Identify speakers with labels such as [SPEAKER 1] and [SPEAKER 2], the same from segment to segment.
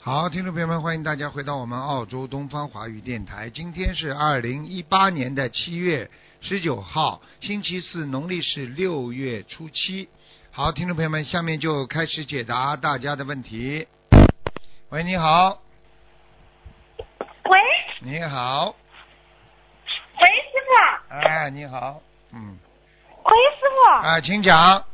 [SPEAKER 1] 好，听众朋友们，欢迎大家回到我们澳洲东方华语电台。今天是二零一八年的七月十九号，星期四，农历是六月初七。好，听众朋友们，下面就开始解答大家的问题。喂，你好，
[SPEAKER 2] 喂
[SPEAKER 1] 你好，
[SPEAKER 2] 喂，师傅，啊
[SPEAKER 1] 哎，你好，嗯，
[SPEAKER 2] 喂，师傅，
[SPEAKER 1] 啊，请讲，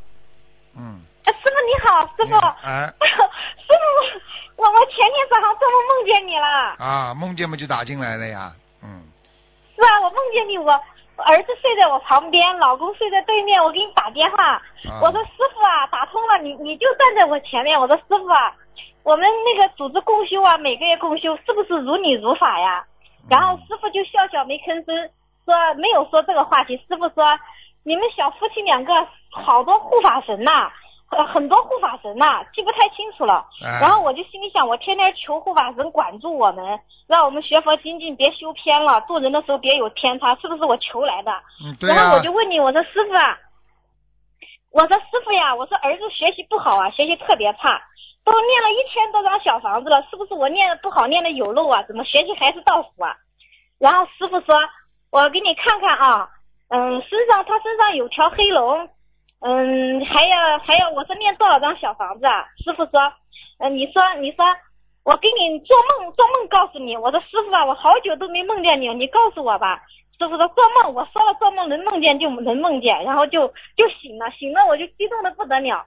[SPEAKER 1] 嗯，
[SPEAKER 2] 呃师傅你好，师
[SPEAKER 1] 你
[SPEAKER 2] 傅，
[SPEAKER 1] 好哎，
[SPEAKER 2] 师傅，我我前天早上做梦梦见你了，
[SPEAKER 1] 啊，梦见嘛就打进来了呀，嗯，
[SPEAKER 2] 是吧？我梦见你，我我儿子睡在我旁边，老公睡在对面，我给你打电话，
[SPEAKER 1] 啊
[SPEAKER 2] 我说师傅啊，打通了，你你就站在我前面，我说师傅啊，我们那个组织共修啊，每个月共修，是不是如理如法呀？然后师傅就笑笑没吭声，说没有说这个话题。师傅说，你们小夫妻两个好多护法神呐、呃很多护法神呐、记不太清楚了。
[SPEAKER 1] 哎
[SPEAKER 2] 然后我就心里想，我天天求护法神管住我们，让我们学佛精进，别修偏了，做人的时候别有偏差，是不是我求来的？
[SPEAKER 1] 嗯，对呀、
[SPEAKER 2] 然后 我就问你，我说师傅啊，我说师傅呀，我说儿子学习不好啊，学习特别差，都念了一千多张小房子了，是不是我念的不好，念的有漏啊？怎么学习还是倒数啊？然后师傅说，我给你看看啊，嗯，身上他身上有条黑龙，嗯，还要还要，我说念多少张小房子啊？师傅说，嗯，你说你说。我给你做梦，做梦告诉你，我说师傅啊，我好久都没梦见你，了，你告诉我吧。师傅说做梦，我说了做梦能梦见就能梦见，然后就就醒了，醒了我就激动的不得了。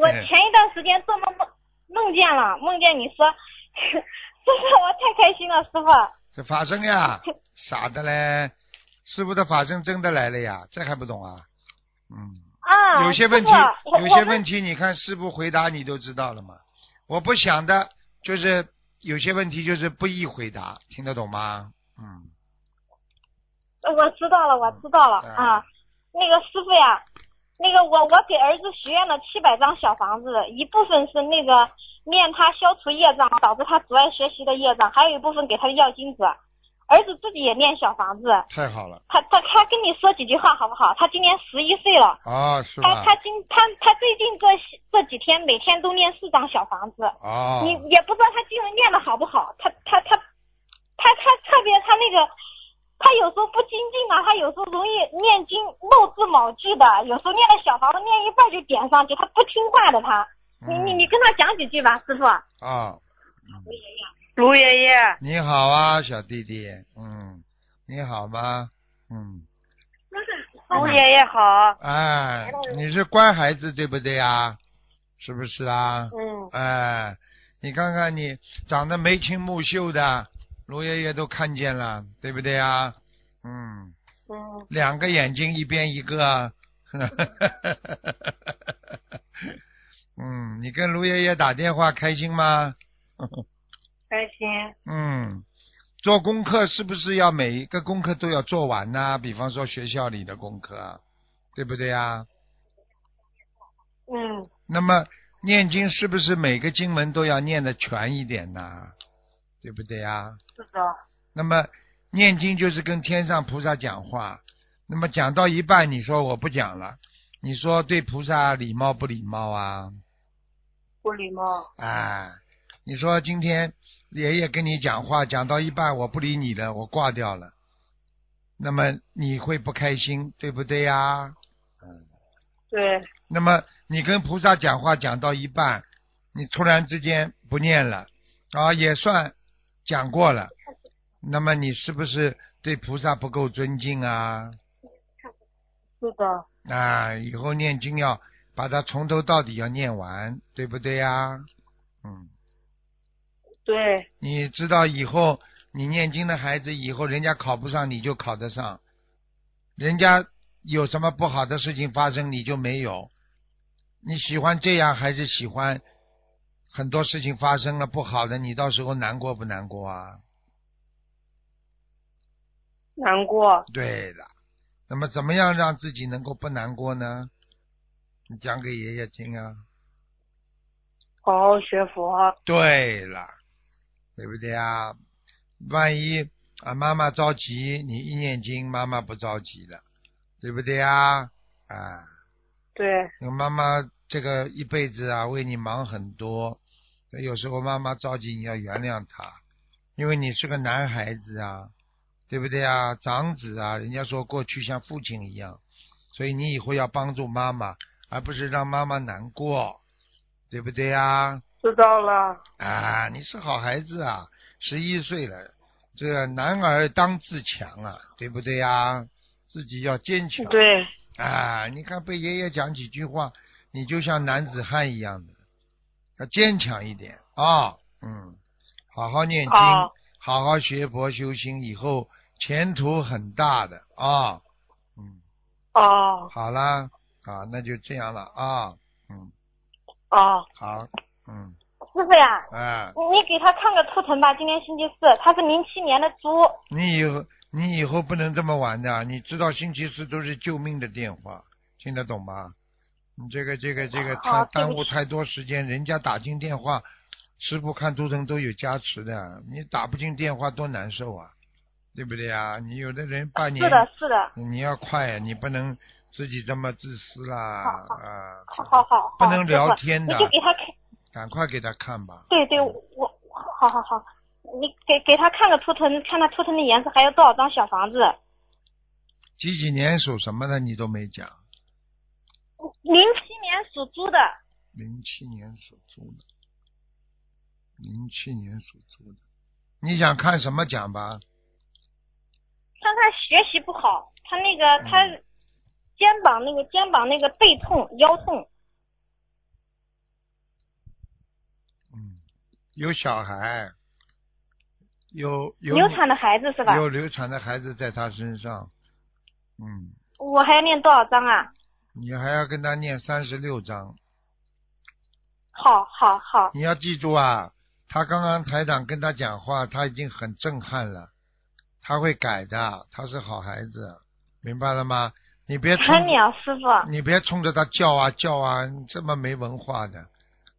[SPEAKER 2] 我前一段时间做梦梦梦见了，梦见你说， 师傅我太开心了，师傅。
[SPEAKER 1] 这法身呀，傻的嘞，师傅的法身真的来了呀，这还不懂啊？嗯，
[SPEAKER 2] 啊，
[SPEAKER 1] 有些问题
[SPEAKER 2] 师傅，我
[SPEAKER 1] 有些问
[SPEAKER 2] 题，
[SPEAKER 1] 题，你看师傅回答你都知道了嘛。我不想的，就是有些问题就是不易回答，听得懂吗？嗯，
[SPEAKER 2] 我知道了，我知道了、
[SPEAKER 1] 嗯
[SPEAKER 2] 啊。那个师傅呀，那个我我给儿子许愿了七百张小房子，一部分是那个念他消除业障，导致他阻碍学习的业障，还有一部分给他要金子。儿子自己也念小房子，
[SPEAKER 1] 太好了，
[SPEAKER 2] 他他他跟你说几句话好不好？他今年十一岁了，
[SPEAKER 1] 哦，是
[SPEAKER 2] 他
[SPEAKER 1] 吧？
[SPEAKER 2] 他今他他最近这这几天每天都念四张小房子，
[SPEAKER 1] 哦，
[SPEAKER 2] 你也不知道他经文念的好不好。他他他他他特别他那个，他有时候不精进嘛，他有时候容易念经漏字某句的，有时候念的小房子念一半就点上去，他不听话的他。你
[SPEAKER 1] 嗯
[SPEAKER 2] 你你跟他讲几句吧，师傅。
[SPEAKER 1] 哦，
[SPEAKER 3] 卢爷爷，
[SPEAKER 1] 你好啊，小弟弟，嗯，你好吗？嗯，
[SPEAKER 3] 卢爷爷好。
[SPEAKER 1] 哎，你是乖孩子对不对啊？是不是啊？
[SPEAKER 3] 嗯，
[SPEAKER 1] 哎，你看看你长得眉清目秀的，卢爷爷都看见了，对不对啊？嗯，
[SPEAKER 3] 嗯，
[SPEAKER 1] 两个眼睛一边一个 啊。嗯，你跟卢爷爷打电话开心吗？
[SPEAKER 3] 开心。
[SPEAKER 1] 嗯，做功课是不是要每一个功课都要做完呢、比方说学校里的功课，对不对啊？
[SPEAKER 3] 嗯，
[SPEAKER 1] 那么念经是不是每个经文都要念的全一点呢、对不对啊？
[SPEAKER 3] 是的。
[SPEAKER 1] 那么念经就是跟天上菩萨讲话，那么讲到一半，你说我不讲了，你说对菩萨礼貌不礼貌啊？
[SPEAKER 3] 不礼貌。
[SPEAKER 1] 哎，你说今天爷爷跟你讲话，讲到一半我不理你了，我挂掉了，那么你会不开心，对不对呀、
[SPEAKER 3] 对，
[SPEAKER 1] 那么你跟菩萨讲话讲到一半，你突然之间不念了，啊，也算讲过了，那么你是不是对菩萨不够尊敬啊？
[SPEAKER 3] 是的。
[SPEAKER 1] 啊，以后念经要把它从头到底要念完，对不对呀、嗯，
[SPEAKER 3] 对，
[SPEAKER 1] 你知道以后你念经的孩子，以后人家考不上你就考得上，人家有什么不好的事情发生你就没有。你喜欢这样还是喜欢很多事情发生了不好的，你到时候难过不难过啊？
[SPEAKER 3] 难过。
[SPEAKER 1] 对了，那么怎么样让自己能够不难过呢？你讲给爷爷听啊。
[SPEAKER 3] 好好学
[SPEAKER 2] 啊
[SPEAKER 3] 佛。
[SPEAKER 1] 对了，对不对啊？万一啊，妈妈着急，你一念经，妈妈不着急了，对不对啊？啊，
[SPEAKER 3] 对，
[SPEAKER 1] 那妈妈这个一辈子啊，为你忙很多，所以有时候妈妈着急，你要原谅她，因为你是个男孩子啊，对不对啊？长子啊，人家说过去像父亲一样，所以你以后要帮助妈妈，而不是让妈妈难过，对不对啊？
[SPEAKER 3] 知道了，
[SPEAKER 1] 啊，你是好孩子啊，十一岁了，这个男儿当自强啊，对不对啊？自己要坚强。
[SPEAKER 3] 对，
[SPEAKER 1] 啊，你看被爷爷讲几句话，你就像男子汉一样的，要坚强一点啊、嗯，好好念经，
[SPEAKER 3] 好，
[SPEAKER 1] 好好学佛修心，以后前途很大的啊、嗯，
[SPEAKER 3] 哦
[SPEAKER 2] 嗯
[SPEAKER 1] 好啦，啊，那就这样了啊、嗯，
[SPEAKER 3] 哦，
[SPEAKER 1] 好，嗯，
[SPEAKER 2] 师傅呀，
[SPEAKER 1] 啊，
[SPEAKER 2] 你你给他看个图腾吧，今天星期四，他是零七年的猪。
[SPEAKER 1] 你以后你以后不能这么玩的，你知道星期四都是救命的电话，听得懂吗？你这个这个这个太
[SPEAKER 2] 好啊对
[SPEAKER 1] 耽
[SPEAKER 2] 不
[SPEAKER 1] 误太多时间，人家打进电话，师傅看图腾都有加持的，你打不进电话多难受啊，对不对啊？你有的人半年
[SPEAKER 2] 是的，是的，
[SPEAKER 1] 你要快，啊你不能自己这么自私啦
[SPEAKER 2] 好
[SPEAKER 1] 啊！
[SPEAKER 2] 好好好，好
[SPEAKER 1] 不能
[SPEAKER 2] 师傅
[SPEAKER 1] 聊天的
[SPEAKER 2] 你就给他看，
[SPEAKER 1] 赶快给他看吧。
[SPEAKER 2] 对对，我好好好，你给给他看个图腾，看他图腾的颜色，还有多少张小房子？
[SPEAKER 1] 几几年属什么的你都没讲，
[SPEAKER 2] 零七年属猪的，
[SPEAKER 1] 零七年属猪的，零七年属猪的，你想看什么讲吧？
[SPEAKER 2] 看他学习不好，他那个他
[SPEAKER 1] 嗯
[SPEAKER 2] 肩膀那个肩膀那个背痛腰痛，
[SPEAKER 1] 嗯，有小孩，有有
[SPEAKER 2] 流产的孩子是吧？
[SPEAKER 1] 有流产的孩子在他身上，嗯，
[SPEAKER 2] 我还要念多少张啊？
[SPEAKER 1] 你还要跟他念三十六章。
[SPEAKER 2] 好好好，
[SPEAKER 1] 你要记住啊，他刚刚台长跟他讲话，他已经很震撼了，他会改的，他是好孩子，明白了吗？你别冲，
[SPEAKER 2] 看你啊，师傅。
[SPEAKER 1] 你别冲着他叫啊叫啊，你这么没文化的，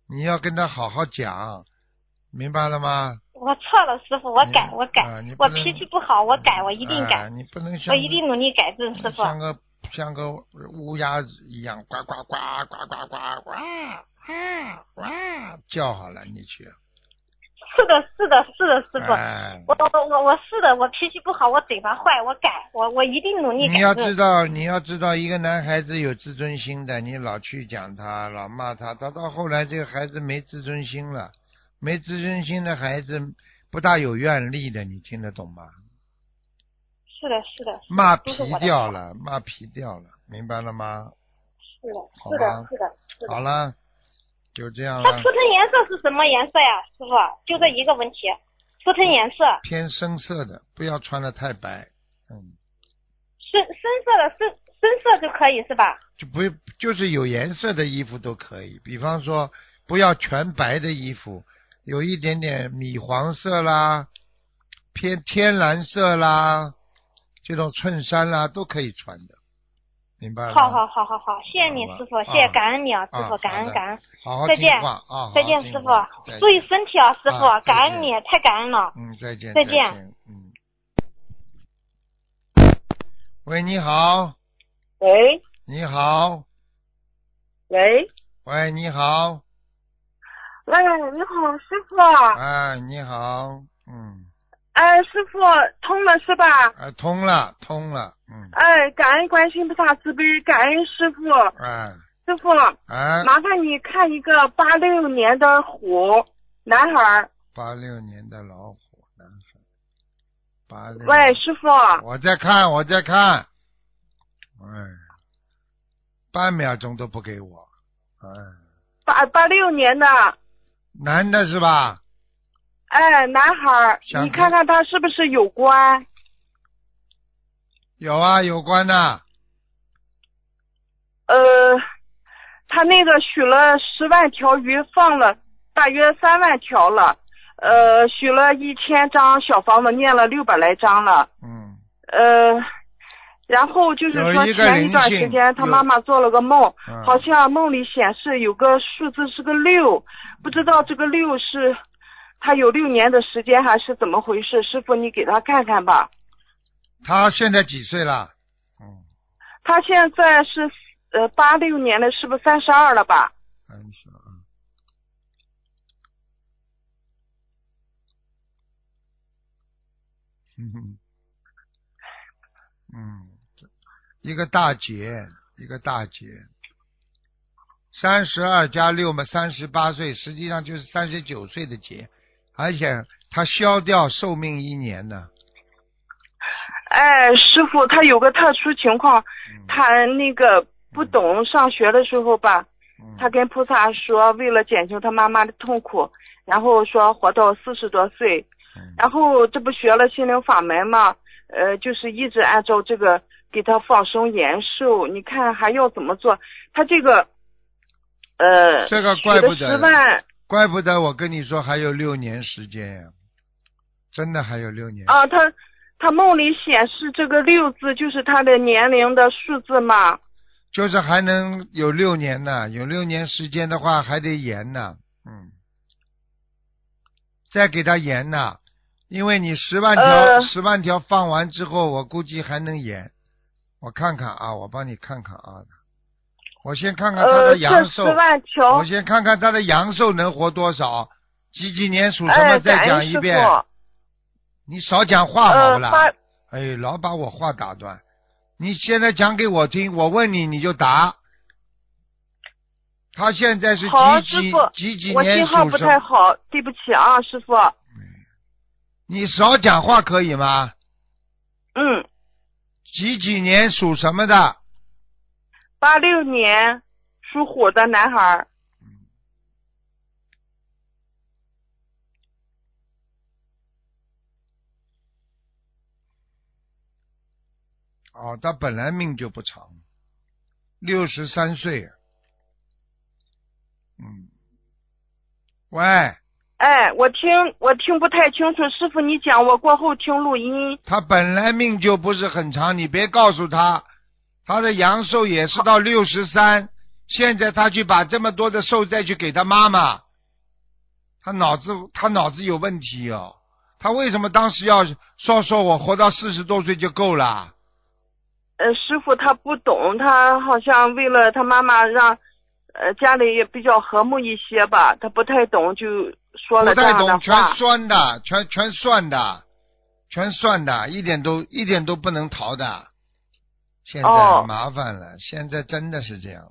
[SPEAKER 1] 你要跟他好好讲，明白了吗？
[SPEAKER 2] 我错了，师傅，我改，
[SPEAKER 1] 你
[SPEAKER 2] 我改，
[SPEAKER 1] 啊你不
[SPEAKER 2] 我
[SPEAKER 1] 能
[SPEAKER 2] 脾气不好，我改，我一定
[SPEAKER 1] 啊
[SPEAKER 2] 改，
[SPEAKER 1] 你不能像
[SPEAKER 2] 我一定努力改正，师傅。
[SPEAKER 1] 像个像个乌鸦一样呱呱呱呱呱呱呱呱呱叫好了，你去，
[SPEAKER 2] 是的，是的，是的，师傅。
[SPEAKER 1] 哎。
[SPEAKER 2] 我我我我是的，我脾气不好，我嘴巴坏，我改，我我一定努力改
[SPEAKER 1] 你要
[SPEAKER 2] 正。
[SPEAKER 1] 知道，你要知道，一个男孩子有自尊心的，你老去讲他，老骂他，他到后来这个孩子没自尊心了，没自尊心的孩子不大有愿力的，你听得懂吗？
[SPEAKER 2] 是的，是的，是的
[SPEAKER 1] 骂
[SPEAKER 2] 都
[SPEAKER 1] 皮
[SPEAKER 2] 是我的
[SPEAKER 1] 掉
[SPEAKER 2] 错
[SPEAKER 1] 了，骂皮掉了，明白了吗？
[SPEAKER 2] 是的，
[SPEAKER 1] 好
[SPEAKER 2] 是的
[SPEAKER 1] 吧，嗯
[SPEAKER 2] 是的，是的。
[SPEAKER 1] 好了，就这样
[SPEAKER 2] 它
[SPEAKER 1] 了
[SPEAKER 2] 图，腾颜色是什么颜色呀，师傅？就这一个问题，图腾颜色，
[SPEAKER 1] 偏深色的，不要穿的太白，嗯，
[SPEAKER 2] 深深色的深深色就可以是吧？
[SPEAKER 1] 就不就是有颜色的衣服都可以，比方说不要全白的衣服，有一点点米黄色啦，偏天蓝色啦，这种衬衫啦都可以穿的，明白了吗？
[SPEAKER 2] 好好好好好，谢谢你
[SPEAKER 1] 好吧
[SPEAKER 2] 师傅，谢
[SPEAKER 1] 啊
[SPEAKER 2] 谢感恩你啊，师
[SPEAKER 1] 啊
[SPEAKER 2] 傅，感
[SPEAKER 1] 好
[SPEAKER 2] 恩
[SPEAKER 1] 的
[SPEAKER 2] 感恩，
[SPEAKER 1] 好好
[SPEAKER 2] 再
[SPEAKER 1] 听
[SPEAKER 2] 见
[SPEAKER 1] 话啊！
[SPEAKER 2] 再
[SPEAKER 1] 好好
[SPEAKER 2] 见
[SPEAKER 1] 听
[SPEAKER 2] 师
[SPEAKER 1] 话
[SPEAKER 2] 傅，
[SPEAKER 1] 再
[SPEAKER 2] 注意
[SPEAKER 1] 见
[SPEAKER 2] 身体啊，师傅
[SPEAKER 1] 啊，
[SPEAKER 2] 感
[SPEAKER 1] 再
[SPEAKER 2] 恩你，太感恩了。
[SPEAKER 1] 嗯，再见，
[SPEAKER 2] 再
[SPEAKER 1] 见
[SPEAKER 2] 见，
[SPEAKER 1] 嗯。喂，你好，
[SPEAKER 3] 喂
[SPEAKER 1] 你好，
[SPEAKER 3] 喂，
[SPEAKER 1] 喂，你好，
[SPEAKER 3] 喂，哎你好，师傅，
[SPEAKER 1] 哎，你好，嗯，
[SPEAKER 3] 哎，师傅通了是吧？
[SPEAKER 1] 哎，通了，通了，嗯，
[SPEAKER 3] 哎，感恩观世音菩萨慈悲，感恩师傅，
[SPEAKER 1] 哎，
[SPEAKER 3] 师傅，
[SPEAKER 1] 哎，
[SPEAKER 3] 麻烦你看一个八六年的虎男孩儿。
[SPEAKER 1] 八六年的老虎男孩，八六，
[SPEAKER 3] 喂，，师傅，
[SPEAKER 1] 我在看，我在看，哎，半秒钟都不给我，哎，
[SPEAKER 3] 八八六年的，
[SPEAKER 1] 男的是吧？
[SPEAKER 3] 哎，男孩儿，
[SPEAKER 1] 想
[SPEAKER 3] 你看看他是不是有关？
[SPEAKER 1] 有啊，有关的、
[SPEAKER 3] 呃，他那个许了十万条鱼，放了大约三万条了，呃，许了一千张小房子，念了六百来张了，
[SPEAKER 1] 嗯，
[SPEAKER 3] 呃，然后就是
[SPEAKER 1] 有
[SPEAKER 3] 说
[SPEAKER 1] 一个
[SPEAKER 3] 前一段
[SPEAKER 1] 灵性
[SPEAKER 3] 时间他
[SPEAKER 1] 有
[SPEAKER 3] 妈妈做了个梦，
[SPEAKER 1] 嗯
[SPEAKER 3] 好像梦里显示有个数字是个六，不知道这个六是他有六年的时间还是怎么回事？师傅，你给他看看吧。
[SPEAKER 1] 他现在几岁了？嗯，
[SPEAKER 3] 他现在是呃八六年的，是不是三十二了吧？
[SPEAKER 1] 三十二。嗯， 嗯，一个大劫，一个大劫。三十二加六嘛，三十八岁，实际上就是三十九岁的劫，而且他消掉寿命一年呢。
[SPEAKER 3] 哎，师傅，他有个特殊情况，
[SPEAKER 1] 嗯
[SPEAKER 3] 他那个不懂上学的时候吧，
[SPEAKER 1] 嗯
[SPEAKER 3] 他跟菩萨说，为了减轻他妈妈的痛苦，然后说活到四十多岁，
[SPEAKER 1] 嗯
[SPEAKER 3] 然后这不学了心灵法门嘛，呃，就是一直按照这个给他放生延寿，你看还要怎么做？他这个，呃，
[SPEAKER 1] 这个怪不得
[SPEAKER 3] 十万
[SPEAKER 1] 怪不得我跟你说还有六年时间呀、真的还有六年。
[SPEAKER 3] 啊，他他梦里显示这个六字就是他的年龄的数字嘛，
[SPEAKER 1] 就是还能有六年呢，有六年时间的话还得延呢，嗯，再给他延呢，因为你十万条
[SPEAKER 3] 呃
[SPEAKER 1] 十、万条放完之后，我估计还能延，我看看啊，我帮你看看啊，我先看看他
[SPEAKER 3] 呃，
[SPEAKER 1] 的
[SPEAKER 3] 这
[SPEAKER 1] 阳
[SPEAKER 3] 十
[SPEAKER 1] 寿，
[SPEAKER 3] 万条
[SPEAKER 1] 我，先看看他的阳寿能活多少，几几年属什么
[SPEAKER 3] 哎，
[SPEAKER 1] 再
[SPEAKER 3] 感
[SPEAKER 1] 讲
[SPEAKER 3] 恩
[SPEAKER 1] 一
[SPEAKER 3] 师傅，
[SPEAKER 1] 遍，你少讲话好
[SPEAKER 3] 呃
[SPEAKER 1] 不，啦？
[SPEAKER 3] 发
[SPEAKER 1] 哎，老把我话打断。你现在讲给我听，我问你你就答。他现在是
[SPEAKER 3] 好啊
[SPEAKER 1] 几几
[SPEAKER 3] 师傅
[SPEAKER 1] 几几
[SPEAKER 3] 我
[SPEAKER 1] 年
[SPEAKER 3] 信号
[SPEAKER 1] 属
[SPEAKER 3] 不
[SPEAKER 1] 什么？
[SPEAKER 3] 太好，对不起啊，师傅，
[SPEAKER 1] 你少讲话可以吗？
[SPEAKER 3] 嗯，
[SPEAKER 1] 几几年属什么的？
[SPEAKER 3] 八六年属虎的男孩儿，
[SPEAKER 1] 哦，他本来命就不长，六十三岁。啊嗯，喂，
[SPEAKER 3] 哎，我听我听不太清楚，师傅你讲，我过后听录音。
[SPEAKER 1] 他本来命就不是很长，你别告诉他，他的阳寿也是到六十三，现在他去把这么多的寿再去给他妈妈，他脑子他脑子有问题哦，他为什么当时要说说我活到四十多岁就够了？
[SPEAKER 3] 呃，师傅他不懂，他好像为了他妈妈让，呃，家里也比较和睦一些吧，他不太懂，就说
[SPEAKER 1] 不
[SPEAKER 3] 了这
[SPEAKER 1] 太
[SPEAKER 3] 样的
[SPEAKER 1] 懂，全
[SPEAKER 3] 话。
[SPEAKER 1] 算的，全全算的，全算的，一点都一点都不能逃的。现在
[SPEAKER 3] 哦
[SPEAKER 1] 麻烦了，现在真的是这样。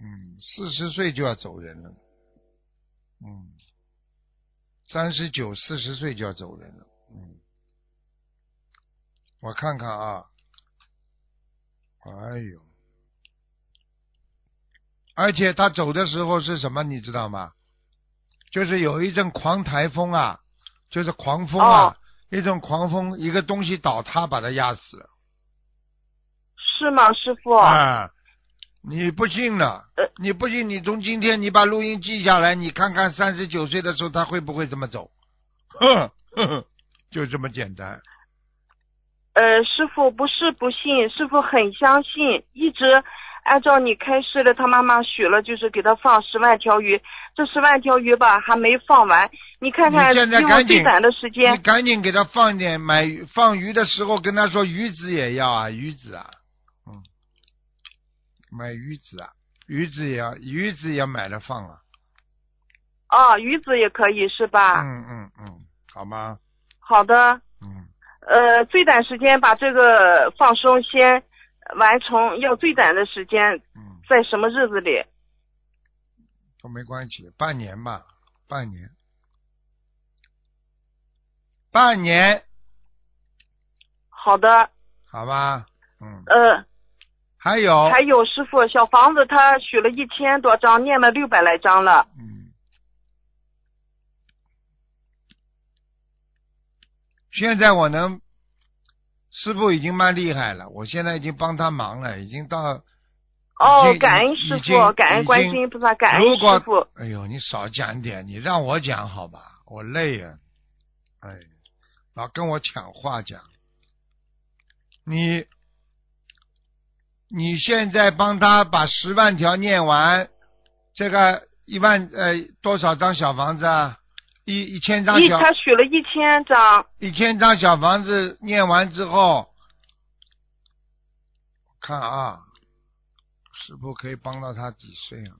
[SPEAKER 1] 嗯，四十岁就要走人了。嗯，三十九、四十岁就要走人了。嗯，我看看啊，哎呦，而且他走的时候是什么，你知道吗？就是有一阵狂台风啊，就是狂风啊，
[SPEAKER 3] 哦
[SPEAKER 1] 一种狂风，一个东西倒塌把他压死了。
[SPEAKER 3] 是吗，师傅？
[SPEAKER 1] 啊，你不信了
[SPEAKER 3] 哦呃？
[SPEAKER 1] 你不信？你从今天你把录音记下来，你看看三十九岁的时候他会不会这么走？哼，哼哼就这么简单。
[SPEAKER 3] 呃，师傅不是不信，师傅很相信，一直按照你开示的，他妈妈许了，就是给他放十万条鱼，这十万条鱼吧还没放完，你看看
[SPEAKER 1] 你现在
[SPEAKER 3] 用
[SPEAKER 1] 赶紧
[SPEAKER 3] 最短的时
[SPEAKER 1] 你
[SPEAKER 3] 间，
[SPEAKER 1] 赶紧给他放一点买鱼放鱼的时候跟他说鱼子也要啊，鱼子啊，嗯，买鱼子啊，鱼子也要，鱼子也要买了放啊。
[SPEAKER 3] 啊，鱼子也可以是吧？
[SPEAKER 1] 嗯嗯嗯，好吗？
[SPEAKER 3] 好的，
[SPEAKER 1] 嗯，
[SPEAKER 3] 呃，最短时间把这个放松先完成，要最短的时间，
[SPEAKER 1] 嗯，
[SPEAKER 3] 在什么日子里？
[SPEAKER 1] 都没关系，半年吧，半年，半年，
[SPEAKER 3] 好的，
[SPEAKER 1] 好吧，嗯，
[SPEAKER 3] 呃，
[SPEAKER 1] 还有，
[SPEAKER 3] 还有师傅，小房子他许了一千多张，念了六百来张了，
[SPEAKER 1] 嗯，现在我能，师傅已经蛮厉害了，我现在已经帮他忙了，已经到，已
[SPEAKER 3] 哦
[SPEAKER 1] 经，
[SPEAKER 3] 感恩师
[SPEAKER 1] 已经
[SPEAKER 3] 傅，感
[SPEAKER 1] 已
[SPEAKER 3] 恩观
[SPEAKER 1] 经
[SPEAKER 3] 世音菩萨，感恩
[SPEAKER 1] 如果
[SPEAKER 3] 师傅。
[SPEAKER 1] 哎呦，你少讲点，你让我讲好吧，我累呀、哎，老跟我抢话讲。你，你现在帮他把十万条念完，这个一万呃多少张小房子啊？一一千张
[SPEAKER 3] 一
[SPEAKER 1] 小
[SPEAKER 3] 他许了一千张，
[SPEAKER 1] 一千张小房子念完之后，看啊，师傅可以帮到他几岁啊？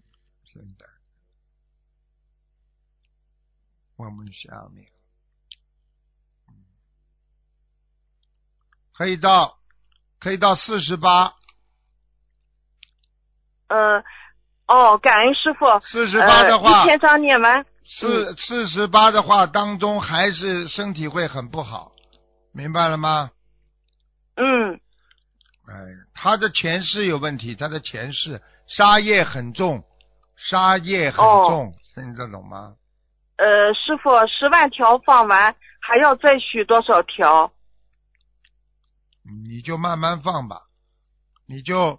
[SPEAKER 1] 现在，我们下面，可以到可以到四十八，
[SPEAKER 3] 嗯、哦，感恩师傅。
[SPEAKER 1] 四十八的话
[SPEAKER 3] 呃、一，千嗯张念完，
[SPEAKER 1] 四四十八的话当中还是身体会很不好，明白了吗？
[SPEAKER 3] 嗯，
[SPEAKER 1] 哎，他的前世有问题，他的前世杀业很重，杀业很
[SPEAKER 3] 哦
[SPEAKER 1] 重，听得懂吗？
[SPEAKER 3] 呃，师傅十万条放完，还要再许多少条？
[SPEAKER 1] 你就慢慢放吧，你就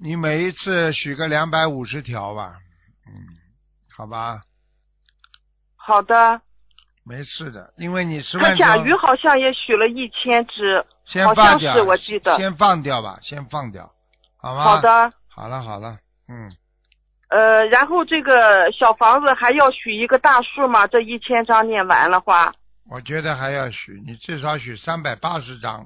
[SPEAKER 1] 你每一次许个两百五十条吧，嗯，好吧，
[SPEAKER 3] 好的。
[SPEAKER 1] 没事的，因为你十
[SPEAKER 3] 他
[SPEAKER 1] 万条
[SPEAKER 3] 甲鱼好像也许了一千只，
[SPEAKER 1] 先
[SPEAKER 3] 好
[SPEAKER 1] 放
[SPEAKER 3] 像
[SPEAKER 1] 掉，
[SPEAKER 3] 是我记得。
[SPEAKER 1] 先放掉吧，先放掉，好吗？
[SPEAKER 3] 好，的，
[SPEAKER 1] 好了好了，嗯，
[SPEAKER 3] 呃，然后这个小房子还要许一个大数吗？这一千张念完了话，
[SPEAKER 1] 我觉得还要许，你至少许三百八十张，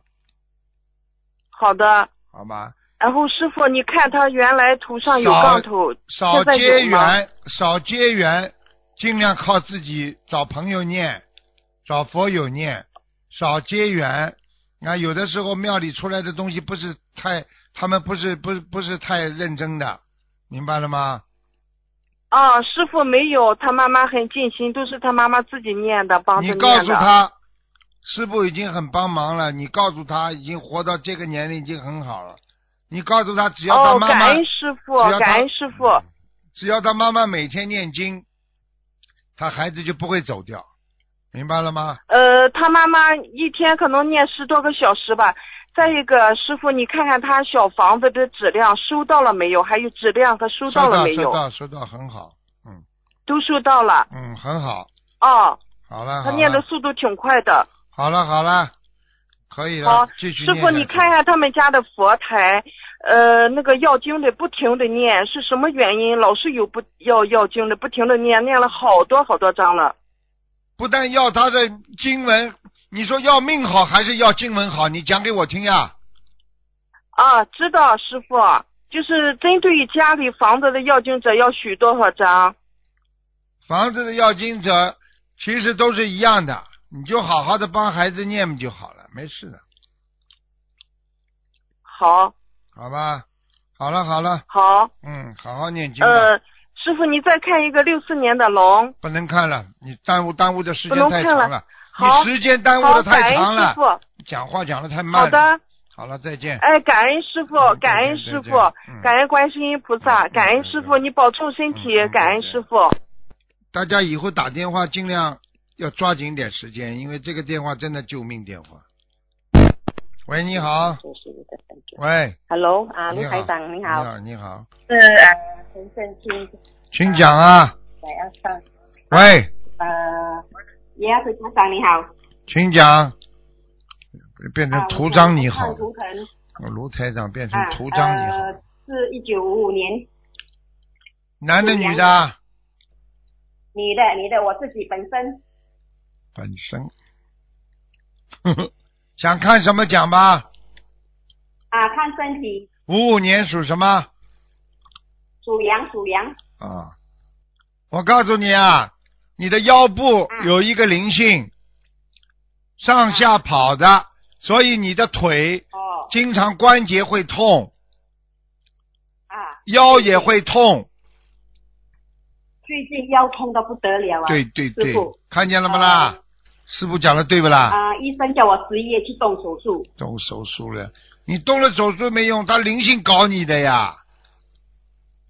[SPEAKER 3] 好的。
[SPEAKER 1] 好吧？
[SPEAKER 3] 然后师傅，你看他原来头上有
[SPEAKER 1] 少
[SPEAKER 3] 杠头，
[SPEAKER 1] 少
[SPEAKER 3] 现在
[SPEAKER 1] 结
[SPEAKER 3] 有吗
[SPEAKER 1] 缘，少结缘，尽量靠自己找朋友念，找佛友念，少结缘。啊，有的时候庙里出来的东西不是太，他们不是不是不是太认真的，明白了吗？
[SPEAKER 3] 啊，师傅没有，他妈妈很尽心，都是他妈妈自己念的，帮着
[SPEAKER 1] 你
[SPEAKER 3] 念的。
[SPEAKER 1] 告诉他，师傅已经很帮忙了。你告诉他，已经活到这个年龄已经很好了。你告诉他，只要他
[SPEAKER 3] 哦，
[SPEAKER 1] 妈妈，
[SPEAKER 3] 感恩师傅
[SPEAKER 1] 只要，他
[SPEAKER 3] 感恩师傅。
[SPEAKER 1] 只要他妈妈每天念经，他孩子就不会走掉，明白了吗？
[SPEAKER 3] 呃，他妈妈一天可能念十多个小时吧。再一个，师傅，你看看他小房子的质量收到了没有？还有质量和收到
[SPEAKER 1] 收
[SPEAKER 3] 了
[SPEAKER 1] 到，
[SPEAKER 3] 没有
[SPEAKER 1] 收？到，收到，很好，嗯
[SPEAKER 3] 都收到了。
[SPEAKER 1] 嗯，很好，
[SPEAKER 3] 哦，
[SPEAKER 1] 好了，
[SPEAKER 3] 他
[SPEAKER 1] 好
[SPEAKER 3] 念的
[SPEAKER 1] 了，
[SPEAKER 3] 速度挺快的。
[SPEAKER 1] 好了，好了，可以
[SPEAKER 3] 好
[SPEAKER 1] 了，继续
[SPEAKER 3] 师
[SPEAKER 1] 念下
[SPEAKER 3] 傅，你
[SPEAKER 1] 去
[SPEAKER 3] 看看他们家的佛台，呃，那个药经的不停的念，是什么原因？老是有不要药经的不停的念，念了好多好多章了。
[SPEAKER 1] 不但要他的经文，你说要命好还是要经文好？你讲给我听呀、
[SPEAKER 3] 啊，知道师傅，就是针对于家里房子的要经者要许多少张？
[SPEAKER 1] 房子的要经者其实都是一样的，你就好好的帮孩子念不就好了，没事的，
[SPEAKER 3] 好，
[SPEAKER 1] 好吧？好了好了，
[SPEAKER 3] 好，
[SPEAKER 1] 嗯，好好念经吧，
[SPEAKER 3] 呃，师傅，你再看一个六四年的龙，
[SPEAKER 1] 不能看了，你耽误耽误的时间
[SPEAKER 3] 不能
[SPEAKER 1] 太
[SPEAKER 3] 看
[SPEAKER 1] 长
[SPEAKER 3] 了
[SPEAKER 1] 了，
[SPEAKER 3] 好
[SPEAKER 1] 你时间耽误
[SPEAKER 3] 好，
[SPEAKER 1] 的
[SPEAKER 3] 感
[SPEAKER 1] 太长
[SPEAKER 3] 恩师
[SPEAKER 1] 了
[SPEAKER 3] 傅，，
[SPEAKER 1] 讲话讲的太慢
[SPEAKER 3] 好
[SPEAKER 1] 了。
[SPEAKER 3] 的，
[SPEAKER 1] 好了，再见。
[SPEAKER 3] 哎，感恩师傅
[SPEAKER 1] 嗯，
[SPEAKER 3] 感
[SPEAKER 1] 对
[SPEAKER 3] 恩
[SPEAKER 1] 对
[SPEAKER 3] 师
[SPEAKER 1] 对
[SPEAKER 3] 傅
[SPEAKER 1] 嗯，
[SPEAKER 3] 感恩观世音菩萨，
[SPEAKER 1] 嗯
[SPEAKER 3] 感
[SPEAKER 1] 嗯
[SPEAKER 3] 恩师傅，
[SPEAKER 1] 嗯
[SPEAKER 3] 你保重身体
[SPEAKER 1] 嗯嗯，
[SPEAKER 3] 感恩
[SPEAKER 1] 对
[SPEAKER 3] 师傅。
[SPEAKER 1] 大家以后打电话尽量要抓紧点时间，因为这个电话真的救命电话。喂，你好，
[SPEAKER 4] 真是一个感觉。
[SPEAKER 1] 喂，
[SPEAKER 4] Hello 啊，
[SPEAKER 1] 你好
[SPEAKER 4] 卢台长你
[SPEAKER 1] 你
[SPEAKER 4] 好，
[SPEAKER 1] 好，你好，
[SPEAKER 4] 是呃陈胜清
[SPEAKER 1] 请讲啊，
[SPEAKER 4] 想要上
[SPEAKER 1] 喂。
[SPEAKER 4] 呃，也要是台长你好，
[SPEAKER 1] 请讲，变成
[SPEAKER 4] 啊
[SPEAKER 1] 图章你好哦
[SPEAKER 4] 我是，卢腾
[SPEAKER 1] 卢台长变成
[SPEAKER 4] 啊，
[SPEAKER 1] 图章你好，
[SPEAKER 4] 呃，是一九五五年，
[SPEAKER 1] 男的
[SPEAKER 4] 是
[SPEAKER 1] 女
[SPEAKER 4] 两
[SPEAKER 1] 的啊？
[SPEAKER 4] 女的女的，我自己本身
[SPEAKER 1] 本身， 想看什么讲吧？
[SPEAKER 4] 啊，看身体
[SPEAKER 1] 五五年属什么
[SPEAKER 4] 属羊属羊
[SPEAKER 1] 啊？我告诉你啊，你的腰部
[SPEAKER 4] 嗯
[SPEAKER 1] 有一个灵性，上下跑的，所以你的腿
[SPEAKER 4] 哦
[SPEAKER 1] 经常关节会痛，
[SPEAKER 4] 啊，
[SPEAKER 1] 腰也会痛。
[SPEAKER 4] 最近腰痛的不得了啊，
[SPEAKER 1] 对对对
[SPEAKER 4] 师傅，
[SPEAKER 1] 看见了不啦
[SPEAKER 4] 嗯？
[SPEAKER 1] 师傅讲的对不啦？
[SPEAKER 4] 啊，医生叫我十一月去动手术，
[SPEAKER 1] 动手术了，你动了手术没用，他灵性搞你的呀！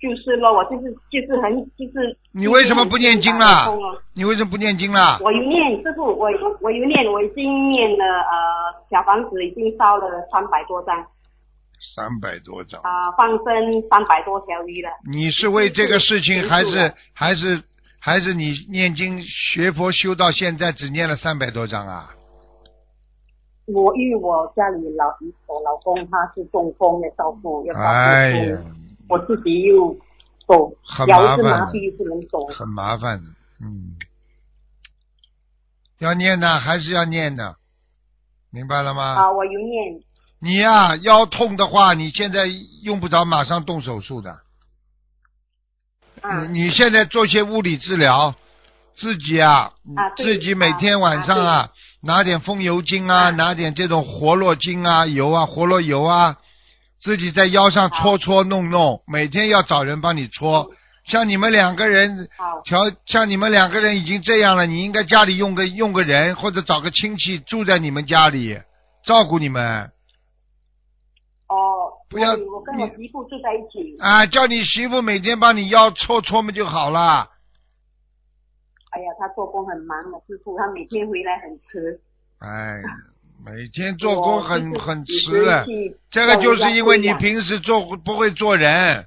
[SPEAKER 4] 就是咯，我就是就是很就是
[SPEAKER 1] 你为什么不念经啊
[SPEAKER 4] 啦
[SPEAKER 1] 啦？？你为什么不念经啦？
[SPEAKER 4] 啊我有念，师傅，我我有念，我已经念了呃小房子已经烧了三百多张
[SPEAKER 1] 三百多张，
[SPEAKER 4] 啊、放生三百多条鱼了。
[SPEAKER 1] 你是为这个事情，还
[SPEAKER 4] 结束
[SPEAKER 1] 是
[SPEAKER 4] 了
[SPEAKER 1] 还是还是你念经学佛修到现在只念了三百多张啊？
[SPEAKER 4] 我因为我家里老我老公他是中风的照顾，要照
[SPEAKER 1] 哎
[SPEAKER 4] 顾
[SPEAKER 1] 呀
[SPEAKER 4] 病，，我自己又走
[SPEAKER 1] 很，麻
[SPEAKER 4] 腰是麻
[SPEAKER 1] 烦
[SPEAKER 4] 痹又不能走，
[SPEAKER 1] 很麻烦的，嗯，要念呢，还是要念呢？明白了吗？
[SPEAKER 4] 啊，我有念
[SPEAKER 1] 你呀、腰痛的话，你现在用不着马上动手术的。
[SPEAKER 4] 啊嗯
[SPEAKER 1] 嗯你你现在做些物理治疗，自己啊，
[SPEAKER 4] 啊对
[SPEAKER 1] 自己每天晚上啊，拿点风油精啊，
[SPEAKER 4] 啊
[SPEAKER 1] 拿点这种活络精啊、油啊、活络油啊，自己在腰上搓搓弄弄，每天要找人帮你搓。像你们两个人
[SPEAKER 4] 好，
[SPEAKER 1] 调，像你们两个人已经这样了，你应该家里用个用个人，或者找个亲戚住在你们家里，照顾你们。
[SPEAKER 4] 哦，
[SPEAKER 1] 不要
[SPEAKER 4] 我我跟我
[SPEAKER 1] 你
[SPEAKER 4] 媳妇住在一起。
[SPEAKER 1] 啊，叫你媳妇每天帮你腰搓搓嘛就好了。
[SPEAKER 4] 哎呀，她做工很忙，我师傅她每天回来很迟。
[SPEAKER 1] 哎，每天做工很
[SPEAKER 4] 我
[SPEAKER 1] 很
[SPEAKER 4] 就是
[SPEAKER 1] 迟的
[SPEAKER 4] 一直去
[SPEAKER 1] 这个就是因为你
[SPEAKER 4] 让人家不一样
[SPEAKER 1] 平时做不会做人，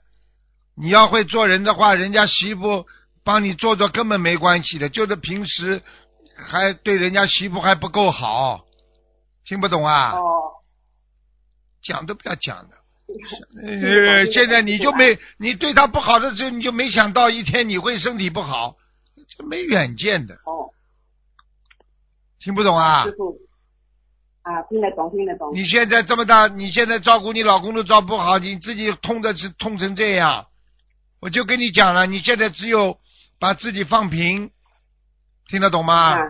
[SPEAKER 1] 你要会做人的话，人家媳妇帮你做做根本没关系的，就是平时还对人家媳妇还不够好，听不懂啊？
[SPEAKER 4] 哦，
[SPEAKER 1] 讲都不要讲的。
[SPEAKER 4] 对
[SPEAKER 1] 呃，
[SPEAKER 4] 的
[SPEAKER 1] 现在你就
[SPEAKER 4] 对
[SPEAKER 1] 没你对他不好的时候，你就没想到一天你会身体不好，这没远见的，
[SPEAKER 4] 哦，
[SPEAKER 1] 听不懂啊？
[SPEAKER 4] 师傅啊，听得懂，听得懂。
[SPEAKER 1] 你现在这么大，你现在照顾你老公都照顾不好，你自己痛的是痛成这样。我就跟你讲了，你现在只有把自己放平，听得懂吗？
[SPEAKER 4] 啊，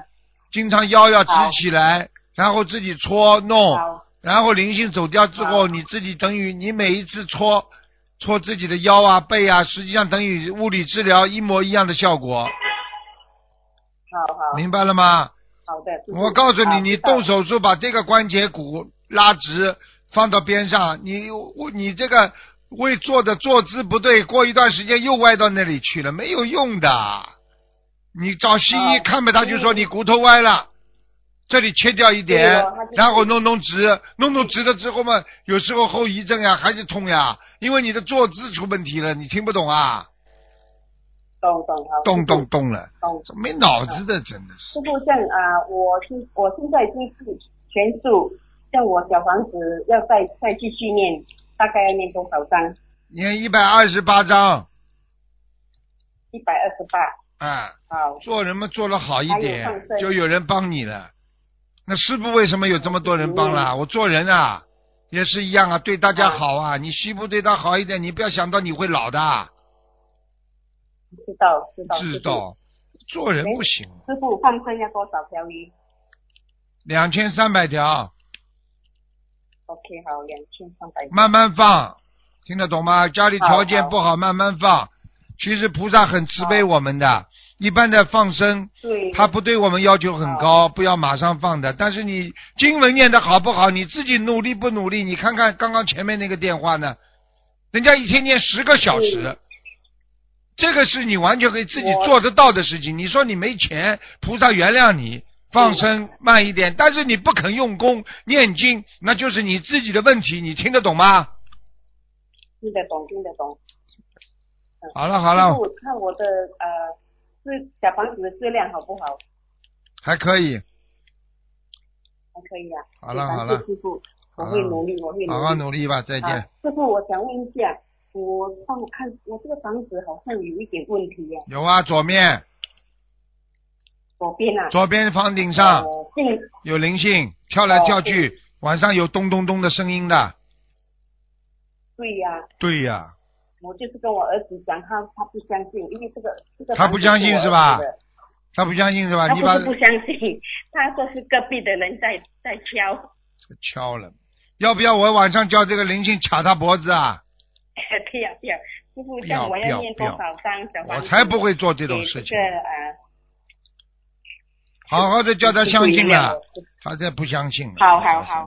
[SPEAKER 1] 经常腰要直
[SPEAKER 4] 好
[SPEAKER 1] 起来，然后自己搓弄，
[SPEAKER 4] 好，
[SPEAKER 1] 然后灵性走掉之后，
[SPEAKER 4] 好
[SPEAKER 1] 你自己等于你每一次搓搓自己的腰啊、背啊，实际上等于物理治疗一模一样的效果，
[SPEAKER 4] 好好
[SPEAKER 1] 明白了吗？
[SPEAKER 4] 好的。师傅
[SPEAKER 1] 我告诉
[SPEAKER 4] 好
[SPEAKER 1] 你，你
[SPEAKER 4] 啊知道
[SPEAKER 1] 动手术把这个关节骨拉直，放到边上，你我你这个位坐的坐姿不对，过一段时间又歪到那里去了，没有用的。你找西医
[SPEAKER 4] 哦
[SPEAKER 1] 看吧，他就说
[SPEAKER 4] 嗯
[SPEAKER 1] 你骨头歪了，这里切掉一
[SPEAKER 4] 对
[SPEAKER 1] 点
[SPEAKER 4] 哦他就，
[SPEAKER 1] 然后弄弄直，弄弄直了之后嘛，有时候后遗症呀还是痛呀，因为你的坐姿出问题了，你听不懂啊？
[SPEAKER 4] 懂懂好。
[SPEAKER 1] 动
[SPEAKER 4] 师
[SPEAKER 1] 动动了，
[SPEAKER 4] 傅懂。
[SPEAKER 1] 没脑子的真的是
[SPEAKER 4] 啊师傅像啊、我现我现在已经是全素，像我小房子要再再继续念，大概要念多少章？
[SPEAKER 1] 念一百二十八章，
[SPEAKER 4] 一百二十八。
[SPEAKER 1] 啊。
[SPEAKER 4] 好，
[SPEAKER 1] 做人嘛，做的好一
[SPEAKER 4] 还有
[SPEAKER 1] 点
[SPEAKER 4] 放，生
[SPEAKER 1] 就有人帮你了。那师傅为什么有这么多人帮啦？我做人啊，也是一样啊，对大家好啊。你媳妇对她好一点，你不要想到你会老的，啊
[SPEAKER 4] 知道知道。
[SPEAKER 1] 知。道？做人不行，
[SPEAKER 4] 师傅放生要多少条鱼
[SPEAKER 1] 两千三百条，
[SPEAKER 4] ？OK，好，两千三百。
[SPEAKER 1] 慢慢放，听得懂吗？家里条件不好，慢慢放。其实菩萨很慈悲我们的，一般的放生
[SPEAKER 4] 对。
[SPEAKER 1] 他不对我们要求很高，不要马上放的。但是你经文念的好不好，你自己努力不努力？你看看刚刚前面那个电话呢，人家一天念十个小时
[SPEAKER 4] 嗯，
[SPEAKER 1] 这个是你完全可以自己
[SPEAKER 4] 我
[SPEAKER 1] 做得到的事情。你说你没钱，菩萨原谅你，放生慢一点，但是你不肯用功念经，那就是你自己的问题。你听得懂吗？
[SPEAKER 4] 听得懂，听得懂。
[SPEAKER 1] 好了好
[SPEAKER 4] 师
[SPEAKER 1] 了
[SPEAKER 4] 傅，，我看我的呃，是小房子的质量好不好？
[SPEAKER 1] 还可以，
[SPEAKER 4] 还可以啊。
[SPEAKER 1] 好了
[SPEAKER 4] 感谢
[SPEAKER 1] 好了
[SPEAKER 4] 师傅，我
[SPEAKER 1] 好
[SPEAKER 4] 会
[SPEAKER 1] 了
[SPEAKER 4] 努力，我会
[SPEAKER 1] 好好努力吧，再见
[SPEAKER 4] 啊。，师傅，我想问一下，我帮我看，我这个房子好像有一点问题耶，
[SPEAKER 1] 有啊，左面
[SPEAKER 4] 左边啊，
[SPEAKER 1] 左边房顶上。
[SPEAKER 4] 呃进
[SPEAKER 1] 有灵性，跳
[SPEAKER 4] 哦
[SPEAKER 1] 来跳去，晚上有咚咚咚的声音的。
[SPEAKER 4] 对呀、
[SPEAKER 1] 对呀、
[SPEAKER 4] 我就是跟我儿子讲，他他不相信，因为这个这个
[SPEAKER 1] 他不相信是吧
[SPEAKER 4] 房子我儿子的
[SPEAKER 1] 他不相信是吧？
[SPEAKER 4] 他
[SPEAKER 1] 你
[SPEAKER 4] 不
[SPEAKER 1] 把
[SPEAKER 4] 是不相信，他说是隔壁的人在在敲，
[SPEAKER 1] 敲了，要不要我晚上叫这个灵性卡他脖子啊？
[SPEAKER 4] 不要不要，师傅，
[SPEAKER 1] 不
[SPEAKER 4] 像
[SPEAKER 1] 要
[SPEAKER 4] 我
[SPEAKER 1] 不要
[SPEAKER 4] 念
[SPEAKER 1] 不
[SPEAKER 4] 多
[SPEAKER 1] 要
[SPEAKER 4] 少张小
[SPEAKER 1] 我
[SPEAKER 4] 房子
[SPEAKER 1] 才不会做这
[SPEAKER 4] 给
[SPEAKER 1] 种事情
[SPEAKER 4] 这。个啊，
[SPEAKER 1] 好好的叫他
[SPEAKER 4] 师傅
[SPEAKER 1] 相
[SPEAKER 4] 原
[SPEAKER 1] 信
[SPEAKER 4] 谅
[SPEAKER 1] 了
[SPEAKER 4] 我，
[SPEAKER 1] 他才不相信了。
[SPEAKER 4] 好好
[SPEAKER 1] 我告诉
[SPEAKER 4] 好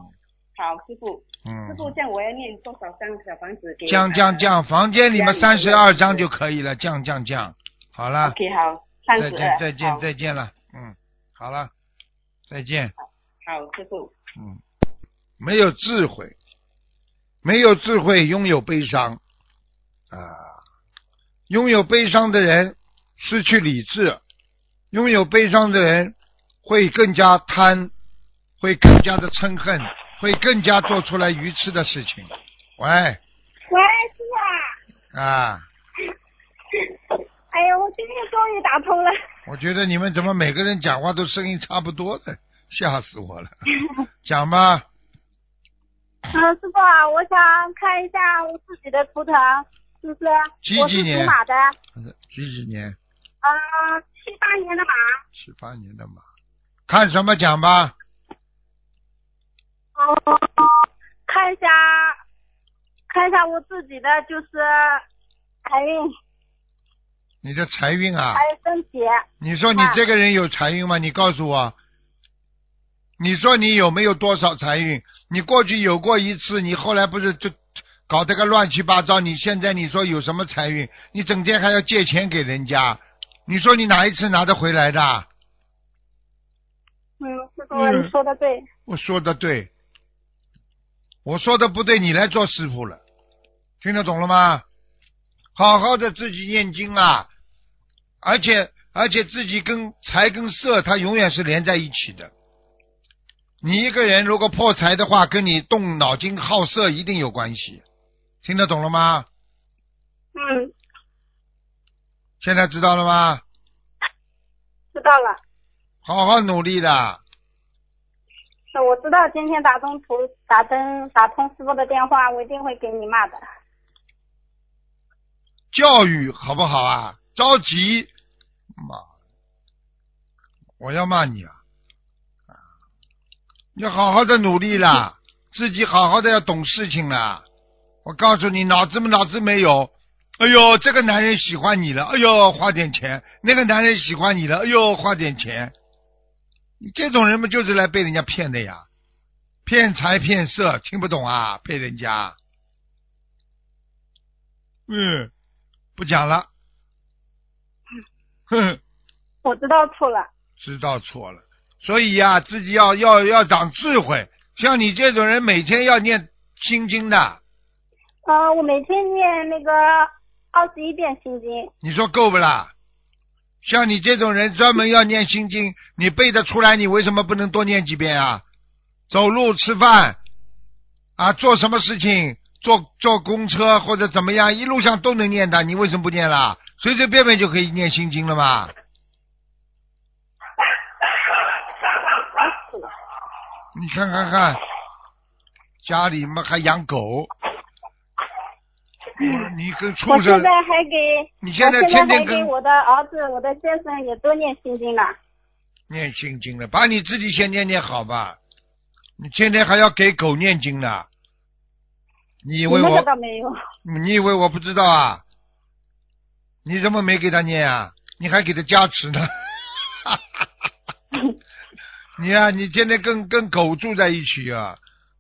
[SPEAKER 4] 好，师傅，
[SPEAKER 1] 你。
[SPEAKER 4] 师傅，
[SPEAKER 1] 嗯，
[SPEAKER 4] 像我要念多少张小房子给？啊
[SPEAKER 1] 降降降，房间里面
[SPEAKER 4] 家
[SPEAKER 1] 三
[SPEAKER 4] 里
[SPEAKER 1] 十
[SPEAKER 4] 的
[SPEAKER 1] 二
[SPEAKER 4] 钥匙
[SPEAKER 1] 张就可以了，降降降。好
[SPEAKER 4] 呃
[SPEAKER 1] 了，
[SPEAKER 4] ！OK，好，三
[SPEAKER 1] 再
[SPEAKER 4] 十
[SPEAKER 1] 见
[SPEAKER 4] 二，
[SPEAKER 1] 啊再
[SPEAKER 4] 好
[SPEAKER 1] 见再见了，嗯，好了，再见。
[SPEAKER 4] 好，师傅。
[SPEAKER 1] 嗯，没有智慧，没有智慧，拥有悲伤啊！拥有悲伤的人失去理智，拥有悲伤的人会更加贪，会更加的嗔恨，会更加做出来愚痴的事情。喂
[SPEAKER 2] 喂，师傅啊，
[SPEAKER 1] 啊，
[SPEAKER 2] 哎呀，我今天终于打通了。
[SPEAKER 1] 我觉得你们怎么每个人讲话都声音差不多的，吓死我 了！讲吧，
[SPEAKER 5] 呃
[SPEAKER 2] 嗯，师傅啊，我想看一下我自己的图腾，就是
[SPEAKER 1] 几
[SPEAKER 2] 我
[SPEAKER 1] 几
[SPEAKER 2] 是
[SPEAKER 1] 年
[SPEAKER 2] 属马的，
[SPEAKER 1] 几几年？
[SPEAKER 5] 呃，七八年的马，
[SPEAKER 1] 七八年的马，看什么讲吧？
[SPEAKER 5] 哦，看一下，看一下我自己的就是财运
[SPEAKER 1] 你的财运啊，
[SPEAKER 5] 还有身体，
[SPEAKER 1] 你说你这个人有财运吗？你告诉我，你说你有没有多少财运？你过去有过一次，你后来不是就搞这个乱七八糟？你现在你说有什么财运？你整天还要借钱给人家，你说你哪一次拿得回来的？
[SPEAKER 5] 嗯，师傅你说的对，
[SPEAKER 1] 我说的对，我说的不对，你来做师傅了，听得懂了吗？好好的自己念经啊，而且而且自己跟财跟色，它永远是连在一起的。你一个人如果破财的话，跟你动脑筋好色一定有关系，听得懂了吗？
[SPEAKER 5] 嗯，
[SPEAKER 1] 现在知道了吗？
[SPEAKER 5] 知道了。
[SPEAKER 1] 好好努力的，
[SPEAKER 5] 是我知道今天打通图打通打通师傅的电话，我一定会给你骂的。
[SPEAKER 1] 教育好不好啊？着急，妈，我要骂你啊！啊要好好的努力啦，自己好好的要懂事情啦。我告诉你，脑子么脑子没有。哎呦，这个男人喜欢你了，哎呦，花点钱；那个男人喜欢你了，哎呦，花点钱。你这种人不就是来被人家骗的呀？骗财骗色，听不懂啊？被人家。嗯，不讲了。哼，
[SPEAKER 5] 嗯我知道错了，
[SPEAKER 1] 知道错了，所以呀、自己要要要长智慧。像你这种人，每天要念心经的，
[SPEAKER 5] 呃，我每天念那个二十一遍心经，
[SPEAKER 1] 你说够不啦？像你这种人，专门要念心经，你背得出来，你为什么不能多念几遍啊？走路、吃饭，啊，做什么事情，坐坐公车或者怎么样，一路上都能念的，你为什么不念啦？随随便便就可以念心经了嘛？你看看看，家里嘛还养狗，你跟畜
[SPEAKER 5] 我
[SPEAKER 1] 生
[SPEAKER 5] 现，在还给
[SPEAKER 1] 你现在
[SPEAKER 5] 我
[SPEAKER 1] 天
[SPEAKER 5] 啊现在
[SPEAKER 1] 天
[SPEAKER 5] 还给
[SPEAKER 1] 跟
[SPEAKER 5] 我的儿子、我的先生也都念心经了。
[SPEAKER 1] 念心经了，把你自己先念念好吧。你天天还要给狗念经呢，你以
[SPEAKER 5] 你
[SPEAKER 1] 为
[SPEAKER 5] 那个
[SPEAKER 1] 我
[SPEAKER 5] 倒没有，
[SPEAKER 1] 你以为我不知道啊？你怎么没给他念啊？你还给他加持 呢？你呀、你天天跟跟狗住在一起啊，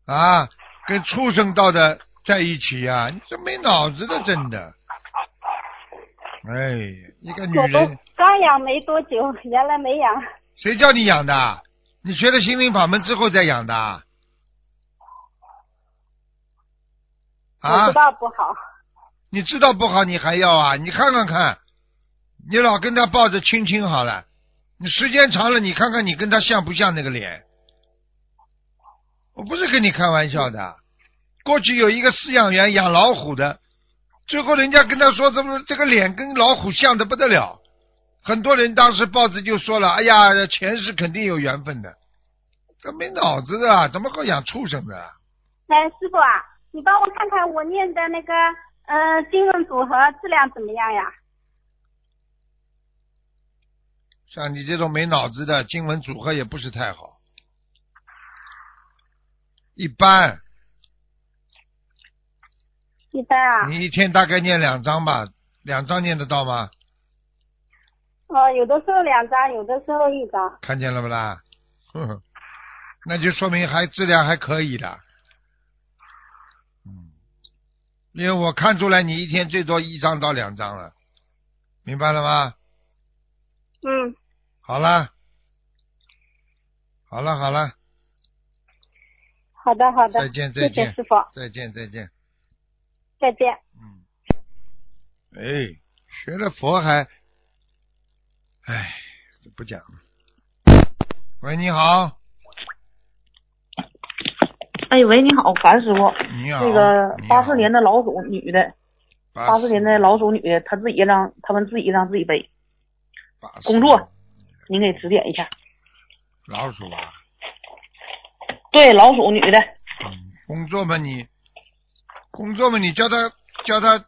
[SPEAKER 1] 啊，跟畜生道的在一起啊，你这没脑子的，真的。哎，一个女
[SPEAKER 5] 我
[SPEAKER 1] 人
[SPEAKER 5] 都刚养没多久，原来没养，
[SPEAKER 1] 谁叫你养的？你学了心灵法门之后再养的？
[SPEAKER 5] 我
[SPEAKER 1] 啊
[SPEAKER 5] 知？道不好。
[SPEAKER 1] 你知道不好，你还要啊？你看看看，你老跟他抱着亲亲好了，你时间长了，你看看你跟他像不像那个脸？我不是跟你开玩笑的。过去有一个饲养员养老虎的，最后人家跟他说，怎么这个脸跟老虎像的不得了？很多人当时报纸就说了，哎呀，前世肯定有缘分的，这没脑子的啊，怎么会养畜生的啊？
[SPEAKER 5] 哎，师傅啊，你帮我看看我念的那个呃经文组合质量怎么样呀？
[SPEAKER 1] 像你这种没脑子的，经文组合也不是太好，一般。
[SPEAKER 5] 一般啊，
[SPEAKER 1] 你一天大概念两张吧，两张念得到吗？
[SPEAKER 5] 呃，有的时候两张，有的时候一张。
[SPEAKER 1] 看见了不啦？ 呵呵，那就说明还质量还可以的。嗯，因为我看出来你一天最多一张到两张了，明白了吗？
[SPEAKER 5] 嗯，
[SPEAKER 1] 好啦，好了好了，
[SPEAKER 5] 好的好的，
[SPEAKER 1] 再见再
[SPEAKER 5] 谢谢
[SPEAKER 1] 见
[SPEAKER 5] 师傅，
[SPEAKER 1] 再见再见。
[SPEAKER 5] 再见。
[SPEAKER 1] 嗯，哎，学了佛还，哎，就不讲了。喂，你好，
[SPEAKER 6] 哎，喂，你好，樊师傅，
[SPEAKER 1] 你好，
[SPEAKER 6] 那个
[SPEAKER 1] 你好
[SPEAKER 6] 八四年的老鼠女的，
[SPEAKER 1] 啊
[SPEAKER 6] 八四年的老鼠女的，她自己一张，她们自己一张自己背，
[SPEAKER 1] 八四
[SPEAKER 6] 工作您给指点一下。
[SPEAKER 1] 老鼠啊，
[SPEAKER 6] 对，老鼠女的，
[SPEAKER 1] 嗯工作嘛你，工作嘛你叫他叫他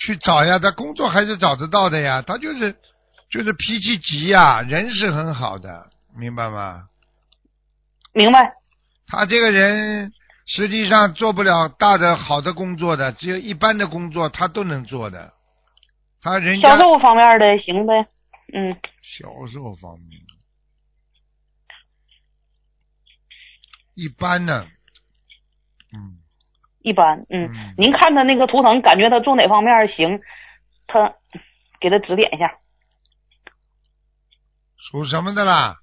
[SPEAKER 1] 去找呀，他工作还是找得到的呀，他就是就是脾气急呀、人是很好的，明白吗？
[SPEAKER 4] 明白，
[SPEAKER 1] 他这个人实际上做不了大的好的工作的，只有一般的工作他都能做的。他人家
[SPEAKER 4] 销售方面的行呗，嗯，
[SPEAKER 1] 销售方面一般呢，嗯，
[SPEAKER 4] 一般，嗯，
[SPEAKER 1] 嗯
[SPEAKER 4] 您看他那个图腾，感觉他做哪方面行，他给他指点一下。
[SPEAKER 1] 属什么的啦？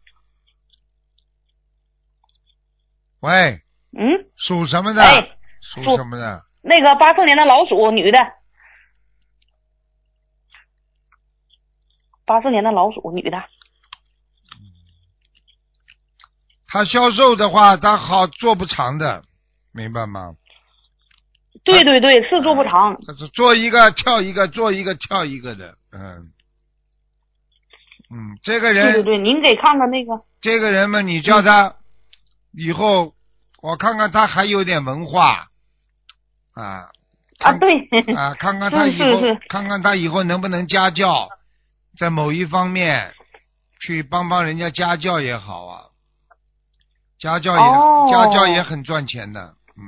[SPEAKER 1] 喂，
[SPEAKER 4] 嗯，
[SPEAKER 1] 属什么的？
[SPEAKER 4] 哎
[SPEAKER 1] 属
[SPEAKER 4] 属
[SPEAKER 1] 什么的？
[SPEAKER 4] 那个八四年的老鼠，女的，八四年的老鼠，女的，
[SPEAKER 1] 他销售的话，他好做不长的，明白吗？
[SPEAKER 4] 对对对，是做不长，
[SPEAKER 1] 他是做一个跳一个，做一个跳一个的，嗯，嗯，这个人
[SPEAKER 4] 对对对，您给看看那个，嗯
[SPEAKER 1] 这个人嘛，你叫他以后，我看看他还有点文化啊
[SPEAKER 4] 啊，
[SPEAKER 1] 看
[SPEAKER 4] 对，
[SPEAKER 1] 啊，看看他以后
[SPEAKER 4] 是是是，
[SPEAKER 1] 看看他以后能不能家教，在某一方面去帮帮人家家教也好啊，家教也、
[SPEAKER 4] 哦
[SPEAKER 1] 家教也很赚钱的，嗯，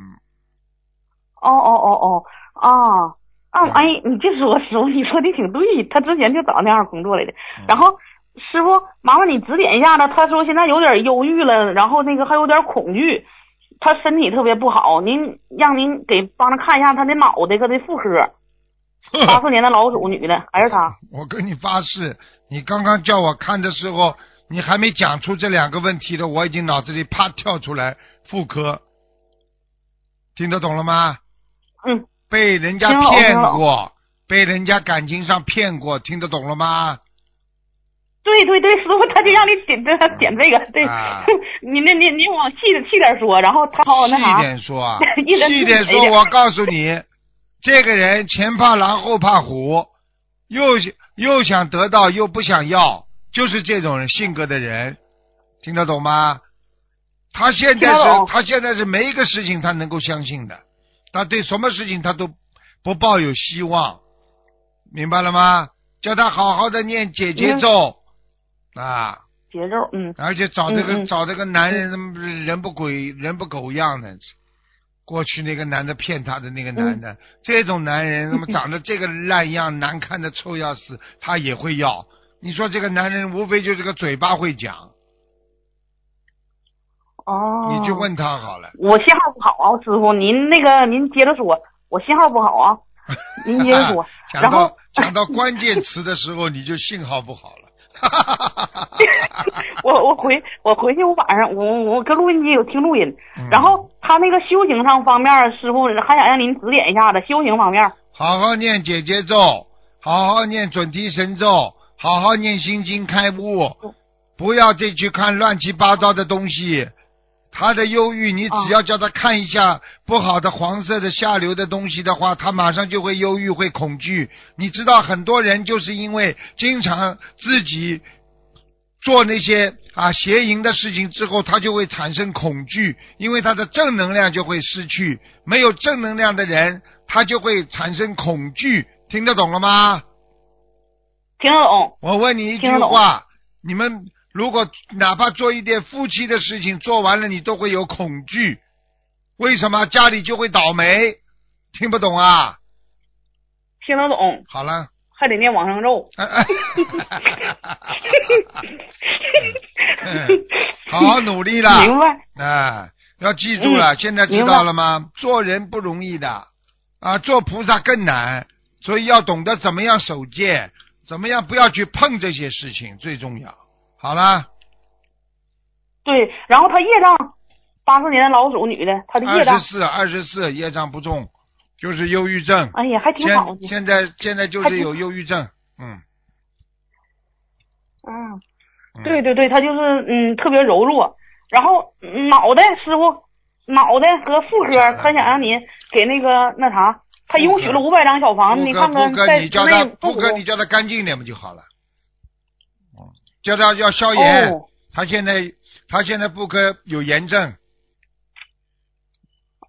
[SPEAKER 4] 哦哦哦哦，啊啊！哎，你这说师傅，你说的挺对，他之前就找那样工作来的。
[SPEAKER 1] 嗯
[SPEAKER 4] 然后师傅，麻烦你指点一下他。他说现在有点忧郁了，然后那个还有点恐惧，他身体特别不好。您让您给帮他看一下他的脑袋跟这 妇科。八四年的老鼠女的，还是他？
[SPEAKER 1] 我跟你发誓，你刚刚叫我看的时候，你还没讲出这两个问题的，我已经脑子里啪跳出来妇科，听得懂了吗？
[SPEAKER 4] 嗯，
[SPEAKER 1] 被人家
[SPEAKER 4] 听得懂
[SPEAKER 1] 骗
[SPEAKER 4] 听得
[SPEAKER 1] 过，被人家感情上骗过，听得懂了吗？
[SPEAKER 4] 对对对，师傅他就让你点他点这个，对，
[SPEAKER 1] 啊
[SPEAKER 4] 你那你你往细细点说，然后他好那
[SPEAKER 1] 细
[SPEAKER 4] 啥，，
[SPEAKER 1] 点说啊
[SPEAKER 4] 一人
[SPEAKER 1] 细点
[SPEAKER 4] 一
[SPEAKER 1] 说，
[SPEAKER 4] 点
[SPEAKER 1] 我告诉你，这个人前怕狼后怕虎，又想又想得到又不想要，就是这种人性格的人，听得懂吗？他现在
[SPEAKER 4] 听得
[SPEAKER 1] 是
[SPEAKER 4] 懂，
[SPEAKER 1] 他现在是没一个事情他能够相信的，他对什么事情他都不抱有希望，明白了吗？叫他好好的念姐姐
[SPEAKER 4] 嗯
[SPEAKER 1] 咒、啊，
[SPEAKER 4] 节奏，嗯，
[SPEAKER 1] 而且找这个、
[SPEAKER 4] 嗯嗯嗯
[SPEAKER 1] 找这个男人，人不鬼人不狗样的。过去那个男的骗他的那个男
[SPEAKER 4] 嗯
[SPEAKER 1] 的，这种男 人他妈长得这个烂样，难看的臭要死，他也会要。你说这个男人无非就是个嘴巴会讲，
[SPEAKER 4] 哦，
[SPEAKER 1] 你就问他好了。，
[SPEAKER 4] 我信号不好啊，师傅，您那个您接着说，我信号不好啊，您接着说
[SPEAKER 1] 讲
[SPEAKER 4] 然后
[SPEAKER 1] 到讲到关键词的时候，你就信号不好 了。
[SPEAKER 4] 我我回我回去我晚上我我跟录音机有听录音，
[SPEAKER 1] 嗯
[SPEAKER 4] 然后他那个修行上方面，师傅还想让您指点一下子，修行方面，
[SPEAKER 1] 好好念姐姐咒，好好念准提神咒，好好念心经开悟，不要再去看乱七八糟的东西。他的忧郁，你只
[SPEAKER 4] 哦
[SPEAKER 1] 要叫他看一下不好的黄色的下流的东西的话，他马上就会忧郁，会恐惧。你知道，很多人就是因为经常自己做那些啊邪淫的事情之后，他就会产生恐惧，因为他的正能量就会失去。没有正能量的人，他就会产生恐惧。听得懂了吗？
[SPEAKER 4] 听得懂？
[SPEAKER 1] 我问你一句
[SPEAKER 4] 听得懂
[SPEAKER 1] 话，你们如果哪怕做一点夫妻的事情，做完了你都会有恐惧，为什么家里就会倒霉？听不懂啊？
[SPEAKER 4] 听得懂，
[SPEAKER 1] 好了，
[SPEAKER 4] 还得念往生咒。
[SPEAKER 1] 哎哎 嗯 好好努力啦！
[SPEAKER 4] 明白，嗯
[SPEAKER 1] 啊，要记住了，现在知
[SPEAKER 4] 明
[SPEAKER 1] 道
[SPEAKER 4] 白
[SPEAKER 1] 了吗？做人不容易的，啊，做菩萨更难，所以要懂得怎么样守戒，怎么样不要去碰这些事情，最重要。好啦，
[SPEAKER 4] 对。然后他业障，八四年的老鼠女的，她的业
[SPEAKER 1] 二
[SPEAKER 4] 障
[SPEAKER 1] 十，四，二十四，业障不重，就是忧郁症。
[SPEAKER 4] 哎呀，还挺
[SPEAKER 1] 现
[SPEAKER 4] 好的。
[SPEAKER 1] 现在现在就
[SPEAKER 4] 还
[SPEAKER 1] 是
[SPEAKER 4] 挺
[SPEAKER 1] 有忧郁症，嗯，
[SPEAKER 4] 嗯
[SPEAKER 1] 嗯，
[SPEAKER 4] 对对对，他就是嗯特别柔弱，然后嗯脑袋师傅脑袋和妇科，他想让你给那个那啥，他
[SPEAKER 1] 妇科
[SPEAKER 4] 允许了五百张小房，
[SPEAKER 1] 不
[SPEAKER 4] 你
[SPEAKER 1] 哥
[SPEAKER 4] 看看
[SPEAKER 1] 不哥，
[SPEAKER 4] 在
[SPEAKER 1] 你叫他
[SPEAKER 4] 内
[SPEAKER 1] 不哥，你叫他干净点不就好了？嗯叫他要消炎，
[SPEAKER 4] 哦
[SPEAKER 1] 他现在他现在不哥有炎症，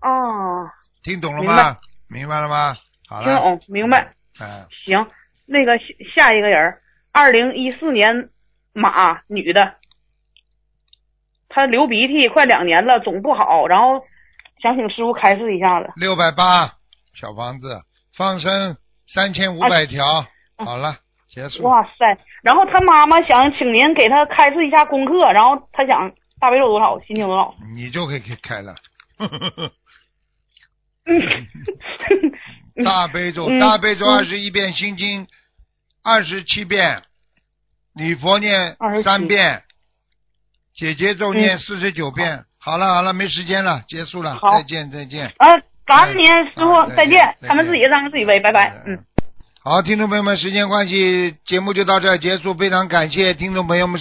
[SPEAKER 4] 啊，
[SPEAKER 1] 听懂了
[SPEAKER 4] 明
[SPEAKER 1] 吗？明白了吗？好
[SPEAKER 4] 听
[SPEAKER 1] 了，
[SPEAKER 4] 懂明白？
[SPEAKER 1] 嗯，
[SPEAKER 4] 行，那个下下一个人儿
[SPEAKER 3] 二零一四年马女的，她流鼻涕快两年了，总不好，然后想请师傅开示一下子。
[SPEAKER 1] 六百八小房子放生三千五百条，
[SPEAKER 4] 哎
[SPEAKER 1] 好了，结束。
[SPEAKER 3] 哇塞！然后她妈妈想请您给她开示一下功课，然后她想大悲咒多少，心经多少。
[SPEAKER 1] 你就可以开了。
[SPEAKER 3] 嗯
[SPEAKER 1] 大悲咒，
[SPEAKER 3] 嗯
[SPEAKER 1] 大悲咒
[SPEAKER 3] 嗯
[SPEAKER 1] 二十一遍，心经二十七遍，礼佛念
[SPEAKER 3] 27
[SPEAKER 1] 三遍，姐姐咒念
[SPEAKER 3] 嗯
[SPEAKER 1] 四十九遍。好了好了，没时间了，结束了，
[SPEAKER 3] 好
[SPEAKER 1] 再见再见。
[SPEAKER 3] 啊，感恩您师
[SPEAKER 1] 啊
[SPEAKER 3] 傅，
[SPEAKER 1] 再
[SPEAKER 3] 再
[SPEAKER 1] 见哎
[SPEAKER 3] 见。
[SPEAKER 1] 再
[SPEAKER 3] 他们
[SPEAKER 1] 见
[SPEAKER 3] 自己让他们自己背，拜拜。嗯。
[SPEAKER 1] 好，听众朋友们，时间关系，节目就到这儿结束。非常感谢听众朋友们。